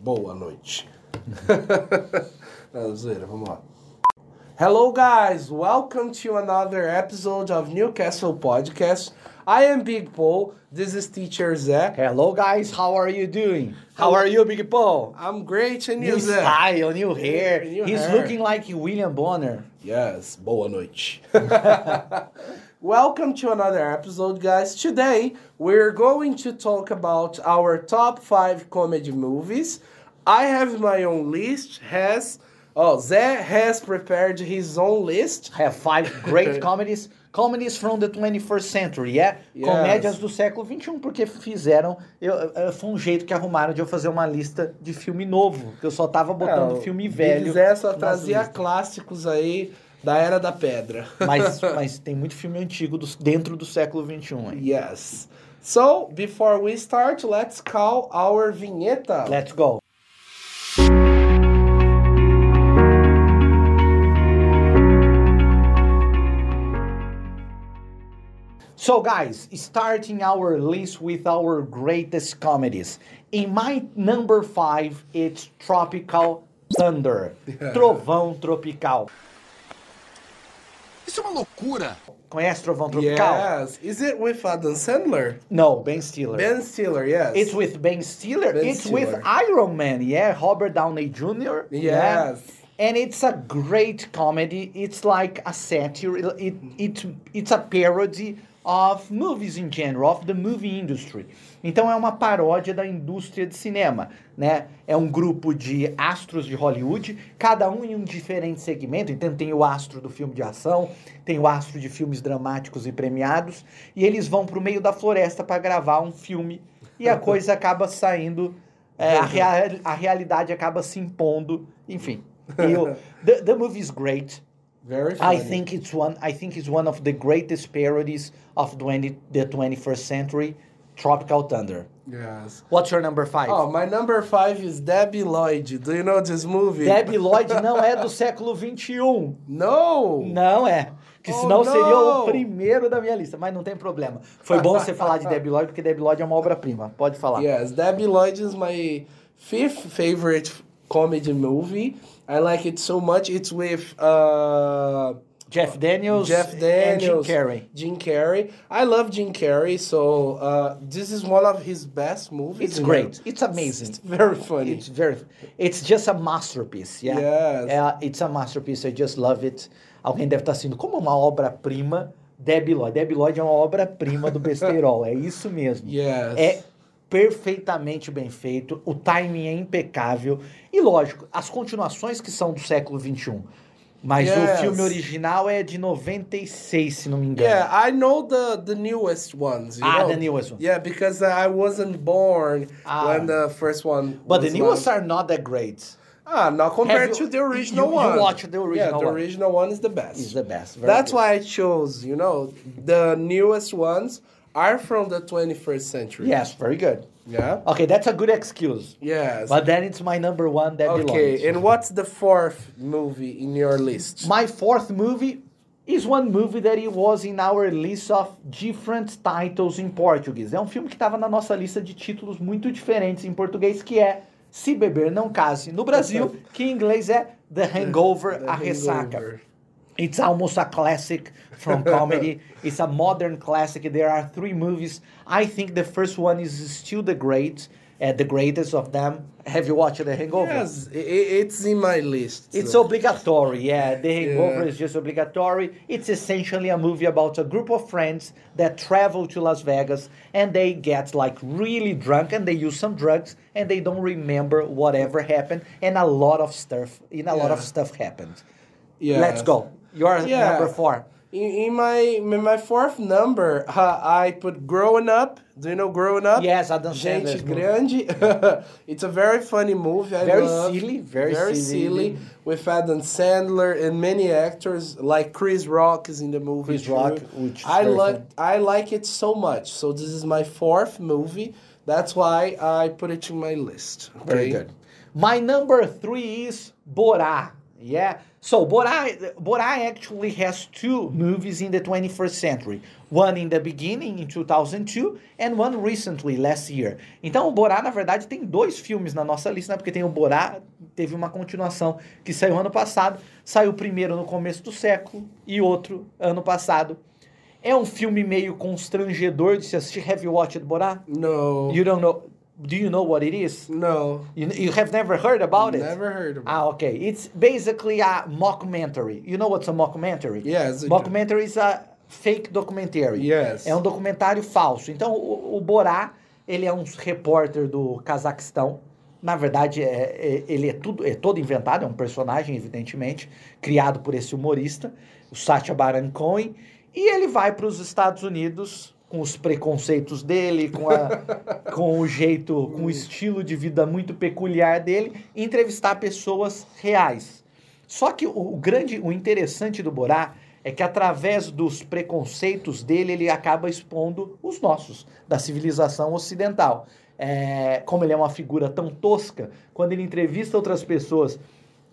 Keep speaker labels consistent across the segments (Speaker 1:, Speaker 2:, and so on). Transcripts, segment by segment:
Speaker 1: Boa noite. Não, zoeira, vamos lá. Hello, guys. Welcome to another episode of Newcastle Podcast. I am Big Paul. This is Teacher Zé.
Speaker 2: Hello guys, how are you doing?
Speaker 1: How are you, Big Paul? I'm great, and
Speaker 2: New
Speaker 1: you, Zé?
Speaker 2: style, new hair.
Speaker 1: New
Speaker 2: He's
Speaker 1: hair.
Speaker 2: looking like William Bonner.
Speaker 1: Yes, boa noite. Welcome to another episode, guys. Today, we're going to talk about our top 5 comedy movies. I have my own list, has... Oh, Zé has prepared his own list.
Speaker 2: I have five great comedies. Comedies from the 21st century, yeah?
Speaker 1: Yes.
Speaker 2: Comédias do século 21, porque fizeram. Eu, eu- foi um jeito que arrumaram de eu fazer uma lista de filme novo. Que eu só tava botando
Speaker 1: É, o
Speaker 2: filme
Speaker 1: Big
Speaker 2: velho.
Speaker 1: Zé só
Speaker 2: nas
Speaker 1: trazia
Speaker 2: listas.
Speaker 1: clássicos aí da Era da Pedra.
Speaker 2: Mas, mas tem muito filme antigo dos- dentro do século 21. hein?
Speaker 1: Yes. So, before we start, let's call our vinheta.
Speaker 2: Let's go. So, guys, starting our list with our greatest comedies. In my number five, it's Tropical Thunder. Trovão Tropical.
Speaker 3: Isso é uma loucura.
Speaker 2: Conhece Trovão Tropical?
Speaker 1: Yes. Is it with Adam Sandler?
Speaker 2: No, Ben Stiller.
Speaker 1: Ben Stiller, yes.
Speaker 2: It's with Ben Stiller.
Speaker 1: Ben
Speaker 2: it's
Speaker 1: Stiller.
Speaker 2: with Iron Man, yeah, Robert Downey Jr. yeah.
Speaker 1: Yes.
Speaker 2: And it's a great comedy. It's like a satire. It, it, it's a parody of movies in general, of the movie industry. Então é uma paródia da indústria de cinema, né? É um grupo de astros de Hollywood, cada um em um diferente segmento. Então tem o astro do filme de ação, tem o astro de filmes dramáticos e premiados, e eles vão pro meio da floresta para gravar um filme e a coisa acaba saindo é, a, rea- a realidade acaba se impondo, enfim. E o- the, the movie is great.
Speaker 1: Very funny.
Speaker 2: I think it's one. I think it's one of the greatest parodies of 20, the 21st century. Tropical Thunder.
Speaker 1: Yes.
Speaker 2: What's your number five?
Speaker 1: Oh, my number five is Debbie Lloyd. Do you know this movie?
Speaker 2: Debbie Lloyd não é do século 21.
Speaker 1: No.
Speaker 2: Não é. Que
Speaker 1: Oh,
Speaker 2: senão seria
Speaker 1: não!
Speaker 2: o primeiro da minha lista, mas não tem problema. Foi bom você falar de Debbie Lloyd, porque Debbie Lloyd é uma obra-prima. Pode falar.
Speaker 1: Yes, Debbie Lloyd is my fifth favorite comedy movie. I like it so much. It's with uh,
Speaker 2: Jeff Daniels,
Speaker 1: Jeff Daniels,
Speaker 2: and Jim Carrey.
Speaker 1: Jim Carrey. I love Jim Carrey, so uh, this is one of his best movies.
Speaker 2: It's
Speaker 1: you
Speaker 2: great.
Speaker 1: know.
Speaker 2: It's amazing.
Speaker 1: It's very funny.
Speaker 2: It's very. It's just a masterpiece. Yeah.
Speaker 1: Yes.
Speaker 2: Yeah, it's a masterpiece. I just love it. Alguém deve estar sendo como é uma obra-prima. Debbie Lloyd. Debbie Lloyd é uma obra-prima do besterol. é isso mesmo.
Speaker 1: Yes.
Speaker 2: É perfeitamente bem feito. O timing é impecável e lógico as continuações que são do século 21. Mas o
Speaker 1: Yes.
Speaker 2: filme original é de 96, se não me engano.
Speaker 1: Yeah, I know the the newest ones. You
Speaker 2: Ah,
Speaker 1: know?
Speaker 2: the newest one.
Speaker 1: Yeah, because uh, I wasn't born
Speaker 2: Ah.
Speaker 1: when the first one.
Speaker 2: But the
Speaker 1: was
Speaker 2: newest
Speaker 1: launched.
Speaker 2: are not that great.
Speaker 1: ah, not compared
Speaker 2: Have you-
Speaker 1: to the original
Speaker 2: you- you
Speaker 1: one.
Speaker 2: watched the original
Speaker 1: Yeah, the
Speaker 2: one.
Speaker 1: original one is the best.
Speaker 2: Is the best. Very
Speaker 1: That's
Speaker 2: good.
Speaker 1: why I chose. You know, the newest ones are from the 21st century.
Speaker 2: Yes, very good.
Speaker 1: Yeah.
Speaker 2: Okay, that's a good excuse.
Speaker 1: Yes.
Speaker 2: But then it's my number one that belongs.
Speaker 1: okay. And what's the fourth movie in your list?
Speaker 2: my fourth movie is one movie that it was in our list of different titles in Portuguese. É um filme que estava na nossa lista de títulos muito diferentes em português, que é Se Beber Não Case no Brasil, que em inglês é The Hangover,
Speaker 1: The
Speaker 2: A Ressaca.
Speaker 1: Hangover.
Speaker 2: It's almost a classic from comedy. it's a modern classic. There are three movies. I think the first one is still the great, uh, the greatest of them. Have you watched The Hangover?
Speaker 1: Yes, i- i- it's in my list.
Speaker 2: It's
Speaker 1: so-
Speaker 2: obligatory, yeah. The Hangover
Speaker 1: Yeah.
Speaker 2: is just obligatory. It's essentially a movie about a group of friends that travel to Las Vegas and they get like really drunk and they use some drugs and they don't remember whatever happened and a lot of stuff. In a lot of
Speaker 1: Yeah.
Speaker 2: stuff happened.
Speaker 1: Yes.
Speaker 2: Let's go. You're
Speaker 1: Yeah.
Speaker 2: number four.
Speaker 1: In, in my in my fourth number, uh, I put "Growing Up." Do you know "Growing Up"?
Speaker 2: Yes, Adam
Speaker 1: Gente
Speaker 2: Sandler's movie.
Speaker 1: Grande. it's a very funny movie. I
Speaker 2: Very
Speaker 1: love.
Speaker 2: silly, very
Speaker 1: silly.
Speaker 2: silly.
Speaker 1: With Adam Sandler and many actors like Chris Rock is in the movie.
Speaker 2: Chris
Speaker 1: too.
Speaker 2: Rock, which is
Speaker 1: I
Speaker 2: very
Speaker 1: like
Speaker 2: funny.
Speaker 1: I like it so much. So this is my fourth movie. That's why I put it in my list.
Speaker 2: Very
Speaker 1: okay?
Speaker 2: good. My number three is Borá. Yeah. So Bora Bora actually has two movies in the 21st century. One in the beginning in 2002 and one recently last year. Então o Borá na verdade tem dois filmes na nossa lista, né? Porque tem o Borá, teve uma continuação que saiu ano passado, saiu primeiro no começo do século e outro ano passado. É um filme meio constrangedor de se assistir. Have you watched Borá?
Speaker 1: No.
Speaker 2: You don't know Do you know what it is?
Speaker 1: no.
Speaker 2: You, you have never heard about it?
Speaker 1: Never heard of
Speaker 2: Ah, okay. It's basically a mockumentary. You know what's a mockumentary?
Speaker 1: Yes, I do.
Speaker 2: Mockumentary is a fake documentary.
Speaker 1: Yes.
Speaker 2: É um documentário falso. Então, o, o Borá, ele é um repórter do Cazaquistão. Na verdade, é, é- ele é tudo é todo inventado, é um personagem, evidentemente, criado por esse humorista, o Sacha Baron Cohen. E ele vai para os Estados Unidos com os preconceitos dele, com, a, com o jeito, com o estilo de vida muito peculiar dele, e entrevistar pessoas reais. Só que o, o grande, o interessante do Borá é que através dos preconceitos dele ele acaba expondo os nossos da civilização ocidental. É, como ele é uma figura tão tosca, quando ele entrevista outras pessoas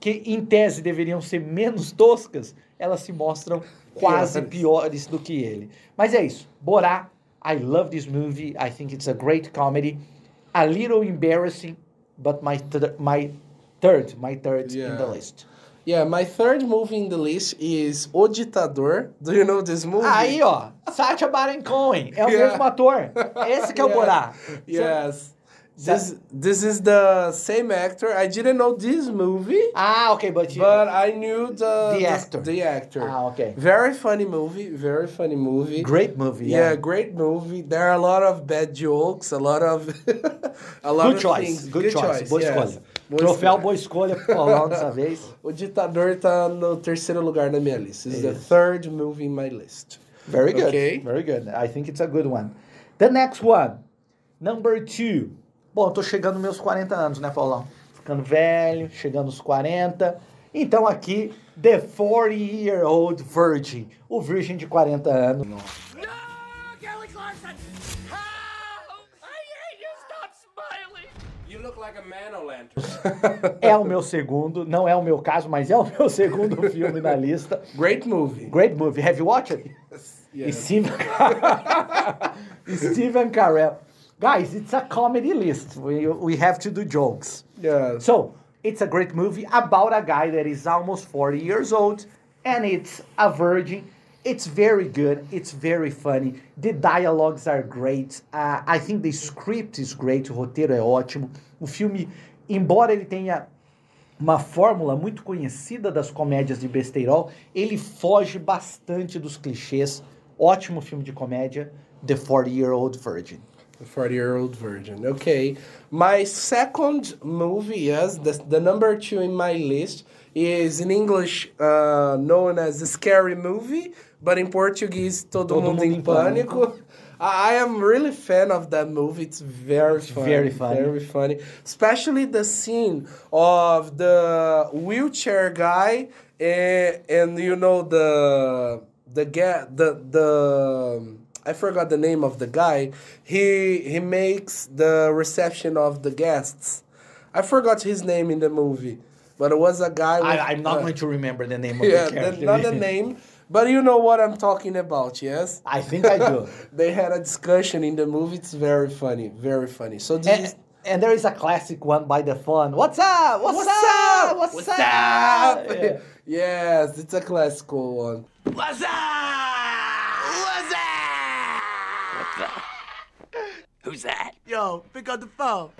Speaker 2: que em tese deveriam ser menos toscas, elas se mostram quase piores do que ele. Mas é isso. Borá, I love this movie. I think it's a great comedy. A little embarrassing, but my th- my third, my third in the
Speaker 1: Yeah.
Speaker 2: list.
Speaker 1: Yeah, my third movie in the list is O Ditador. Do you know this movie?
Speaker 2: Aí, ó, Sacha Baron Cohen é o
Speaker 1: Yeah.
Speaker 2: mesmo ator. Esse que é o
Speaker 1: Yeah.
Speaker 2: Borá.
Speaker 1: Yes. This this is the same actor. I didn't know this movie,
Speaker 2: Ah, ok, but, you-
Speaker 1: but I knew the
Speaker 2: The actor.
Speaker 1: The actor.
Speaker 2: Ah, ok.
Speaker 1: Very funny movie. Very funny movie.
Speaker 2: great movie.
Speaker 1: Yeah, great movie. There are a lot of bad jokes, a lot of a lot
Speaker 2: Good
Speaker 1: of
Speaker 2: choice,
Speaker 1: things.
Speaker 2: good, choice, boa
Speaker 1: yes.
Speaker 2: escolha.
Speaker 1: Boa
Speaker 2: Troféu
Speaker 1: escolha.
Speaker 2: boa escolha pro Paulão dessa vez.
Speaker 1: O Ditador tá no terceiro lugar na minha lista. It's the third movie in my list.
Speaker 2: Very good.
Speaker 1: Okay.
Speaker 2: Very good. I think it's a good one. The next one. Number two. Bom, eu tô chegando meus 40 anos, né, Paulão? Ficando velho, chegando aos 40. Então aqui, The 40-Year-Old Virgin. O virgem de 40 anos.
Speaker 3: No, Kelly Clarkson! Help! I hate you! Stop smiling!
Speaker 4: You look like a man, Orlando.
Speaker 2: É o meu segundo. Não é o meu caso, mas é o meu segundo filme na lista.
Speaker 1: Great movie.
Speaker 2: Great movie. Have you watched it?
Speaker 1: Yes.
Speaker 2: Steven Steven Carell. Guys, it's a comedy list. We, we have to do jokes.
Speaker 1: Yes.
Speaker 2: So, it's a great movie about a guy that is almost 40 years old and it's a virgin. It's very good. It's very funny. The dialogues are great. Uh, I think the script is great. O roteiro é ótimo. O filme, embora ele tenha uma fórmula muito conhecida das comédias de besteirol, ele foge bastante dos clichês. Ótimo filme de comédia, The 40-Year-Old Virgin.
Speaker 1: The 40 year old virgin. Okay. My second movie, yes, the, the number two in my list, is in English uh, known as Scary Movie, but in Portuguese, Todo, Mundo, em Pânico. I I am really fan of that movie. It's very funny.
Speaker 2: very funny.
Speaker 1: Very funny. Especially the scene of the wheelchair guy and, and you know the the ga- the the um, I forgot the name of the guy. He he makes the reception of the guests. I forgot his name in the movie, but it was a guy. With,
Speaker 2: I, I'm not
Speaker 1: uh,
Speaker 2: going to remember the name of
Speaker 1: yeah,
Speaker 2: the character.
Speaker 1: the, not the name, but you know what I'm talking about. Yes.
Speaker 2: I think I do.
Speaker 1: They had a discussion in the movie. It's very funny, very funny. So this is
Speaker 2: and, and É, there is a classic one by the fun. What's up? What's, up? What's, up? Yeah.
Speaker 1: yes, it's a classical one.
Speaker 3: What's up? What's up? What the? Who's that? Yo, pick up the phone.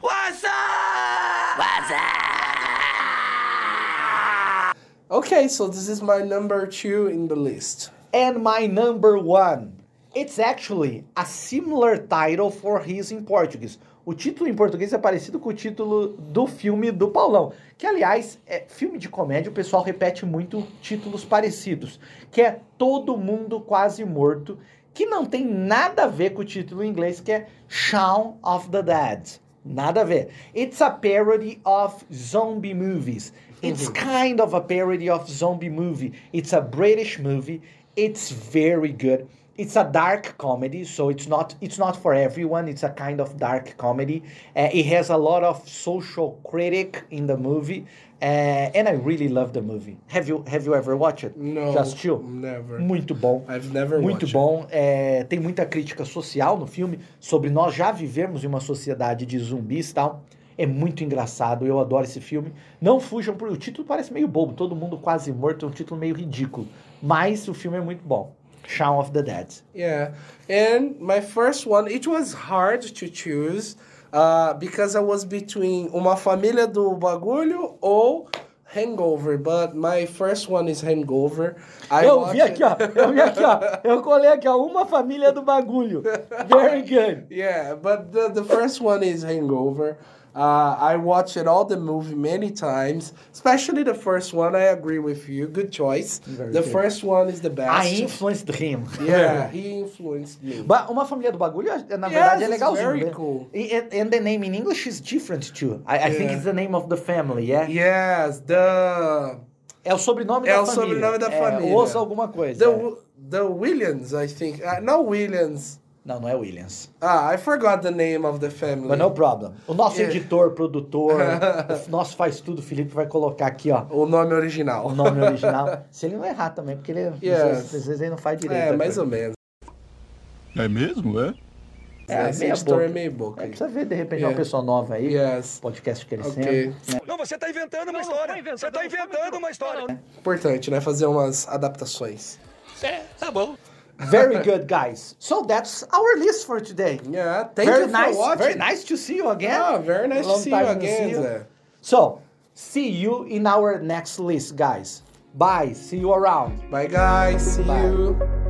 Speaker 3: What's up? What's up?
Speaker 1: Okay, so this is my number two in the list.
Speaker 2: And my number one. It's actually a similar title for his in Portuguese. O título em português é parecido com o título do filme do Paulão. Que, aliás, é filme de comédia, o pessoal repete muito títulos parecidos. Que é Todo Mundo Quase Morto, que não tem nada a ver com o título em inglês, que é Shaun of the Dead. Nada a ver. It's a parody of zombie movies.
Speaker 1: Uhum.
Speaker 2: It's kind of a parody of zombie movie. It's a British movie. It's very good. it's a dark comedy, so it's not it's not for everyone. It's a kind of dark comedy. Uh, it has a lot of social critic in the movie, uh, and I really love the movie. Have you have you ever watched it?
Speaker 1: No,
Speaker 2: Já assistiu?
Speaker 1: never.
Speaker 2: Muito bom.
Speaker 1: I've never
Speaker 2: Muito
Speaker 1: watched
Speaker 2: bom. É, tem muita crítica social no filme sobre nós já vivemos em uma sociedade de zumbis e tal. É muito engraçado, eu adoro esse filme. Não fujam, porque o título parece meio bobo, todo mundo quase morto, é um título meio ridículo. Mas o filme é muito bom. Shaun of the Dead.
Speaker 1: Yeah, and my first one, it was hard to choose uh, because I was between Uma Família do Bagulho ou Hangover, but my first one is Hangover. I
Speaker 2: eu
Speaker 1: watched
Speaker 2: vi
Speaker 1: it-
Speaker 2: aqui, ó. Eu vi aqui, ó. Eu colei aqui, ó. Uma família do bagulho. Very good.
Speaker 1: Yeah, but the, the first one is Hangover. Uh, I watched all the movie many times, especially the first one. I agree with you. Good choice.
Speaker 2: Very
Speaker 1: the
Speaker 2: good.
Speaker 1: first one is the best.
Speaker 2: I influenced him.
Speaker 1: yeah, he influenced me.
Speaker 2: Ba- Uma família do bagulho, é- na
Speaker 1: Yes,
Speaker 2: verdade, é
Speaker 1: it's
Speaker 2: legalzinho.
Speaker 1: very
Speaker 2: né?
Speaker 1: cool. É.
Speaker 2: E- And, and the name in English is different too. I, I think
Speaker 1: Yeah.
Speaker 2: it's the name of the family, yeah?
Speaker 1: yes, the
Speaker 2: É o sobrenome
Speaker 1: É
Speaker 2: da
Speaker 1: o
Speaker 2: família.
Speaker 1: sobrenome da família.
Speaker 2: Ouça alguma coisa.
Speaker 1: the
Speaker 2: é.
Speaker 1: Wi- the Williams, I think. Uh, not Williams.
Speaker 2: Não, não é Williams.
Speaker 1: Ah, I forgot the name of the family.
Speaker 2: But no problem. O nosso
Speaker 1: Yeah.
Speaker 2: editor, produtor, o nosso faz tudo, Felipe vai colocar aqui, ó.
Speaker 1: O nome
Speaker 2: O
Speaker 1: original.
Speaker 2: nome original. Se ele não errar também, porque ele
Speaker 1: Yes.
Speaker 2: às vezes ele não faz direito.
Speaker 1: É,
Speaker 2: né,
Speaker 1: mais
Speaker 2: cara?
Speaker 1: ou menos.
Speaker 5: É mesmo, é?
Speaker 2: É,
Speaker 1: Essa
Speaker 2: meia
Speaker 1: história
Speaker 2: boca.
Speaker 1: é meio boca.
Speaker 2: É, precisa ver, de repente,
Speaker 1: Yeah.
Speaker 2: uma pessoa nova aí.
Speaker 1: Yes.
Speaker 2: Podcast crescendo.
Speaker 1: Ok.
Speaker 6: Não, você tá inventando uma história. você tá inventando uma história.
Speaker 1: Importante, né? Fazer umas adaptações.
Speaker 2: Very good, guys. So that's our list for today.
Speaker 1: Yeah, thank
Speaker 2: very
Speaker 1: you
Speaker 2: nice.
Speaker 1: for watching.
Speaker 2: Very nice to see you again.
Speaker 1: Ah, very nice to
Speaker 2: Long
Speaker 1: see you
Speaker 2: time no
Speaker 1: again,
Speaker 2: see you.
Speaker 1: Zé.
Speaker 2: So, see you in our next list, guys. Bye. See you around.
Speaker 1: Bye, guys. See
Speaker 2: Bye.
Speaker 1: you.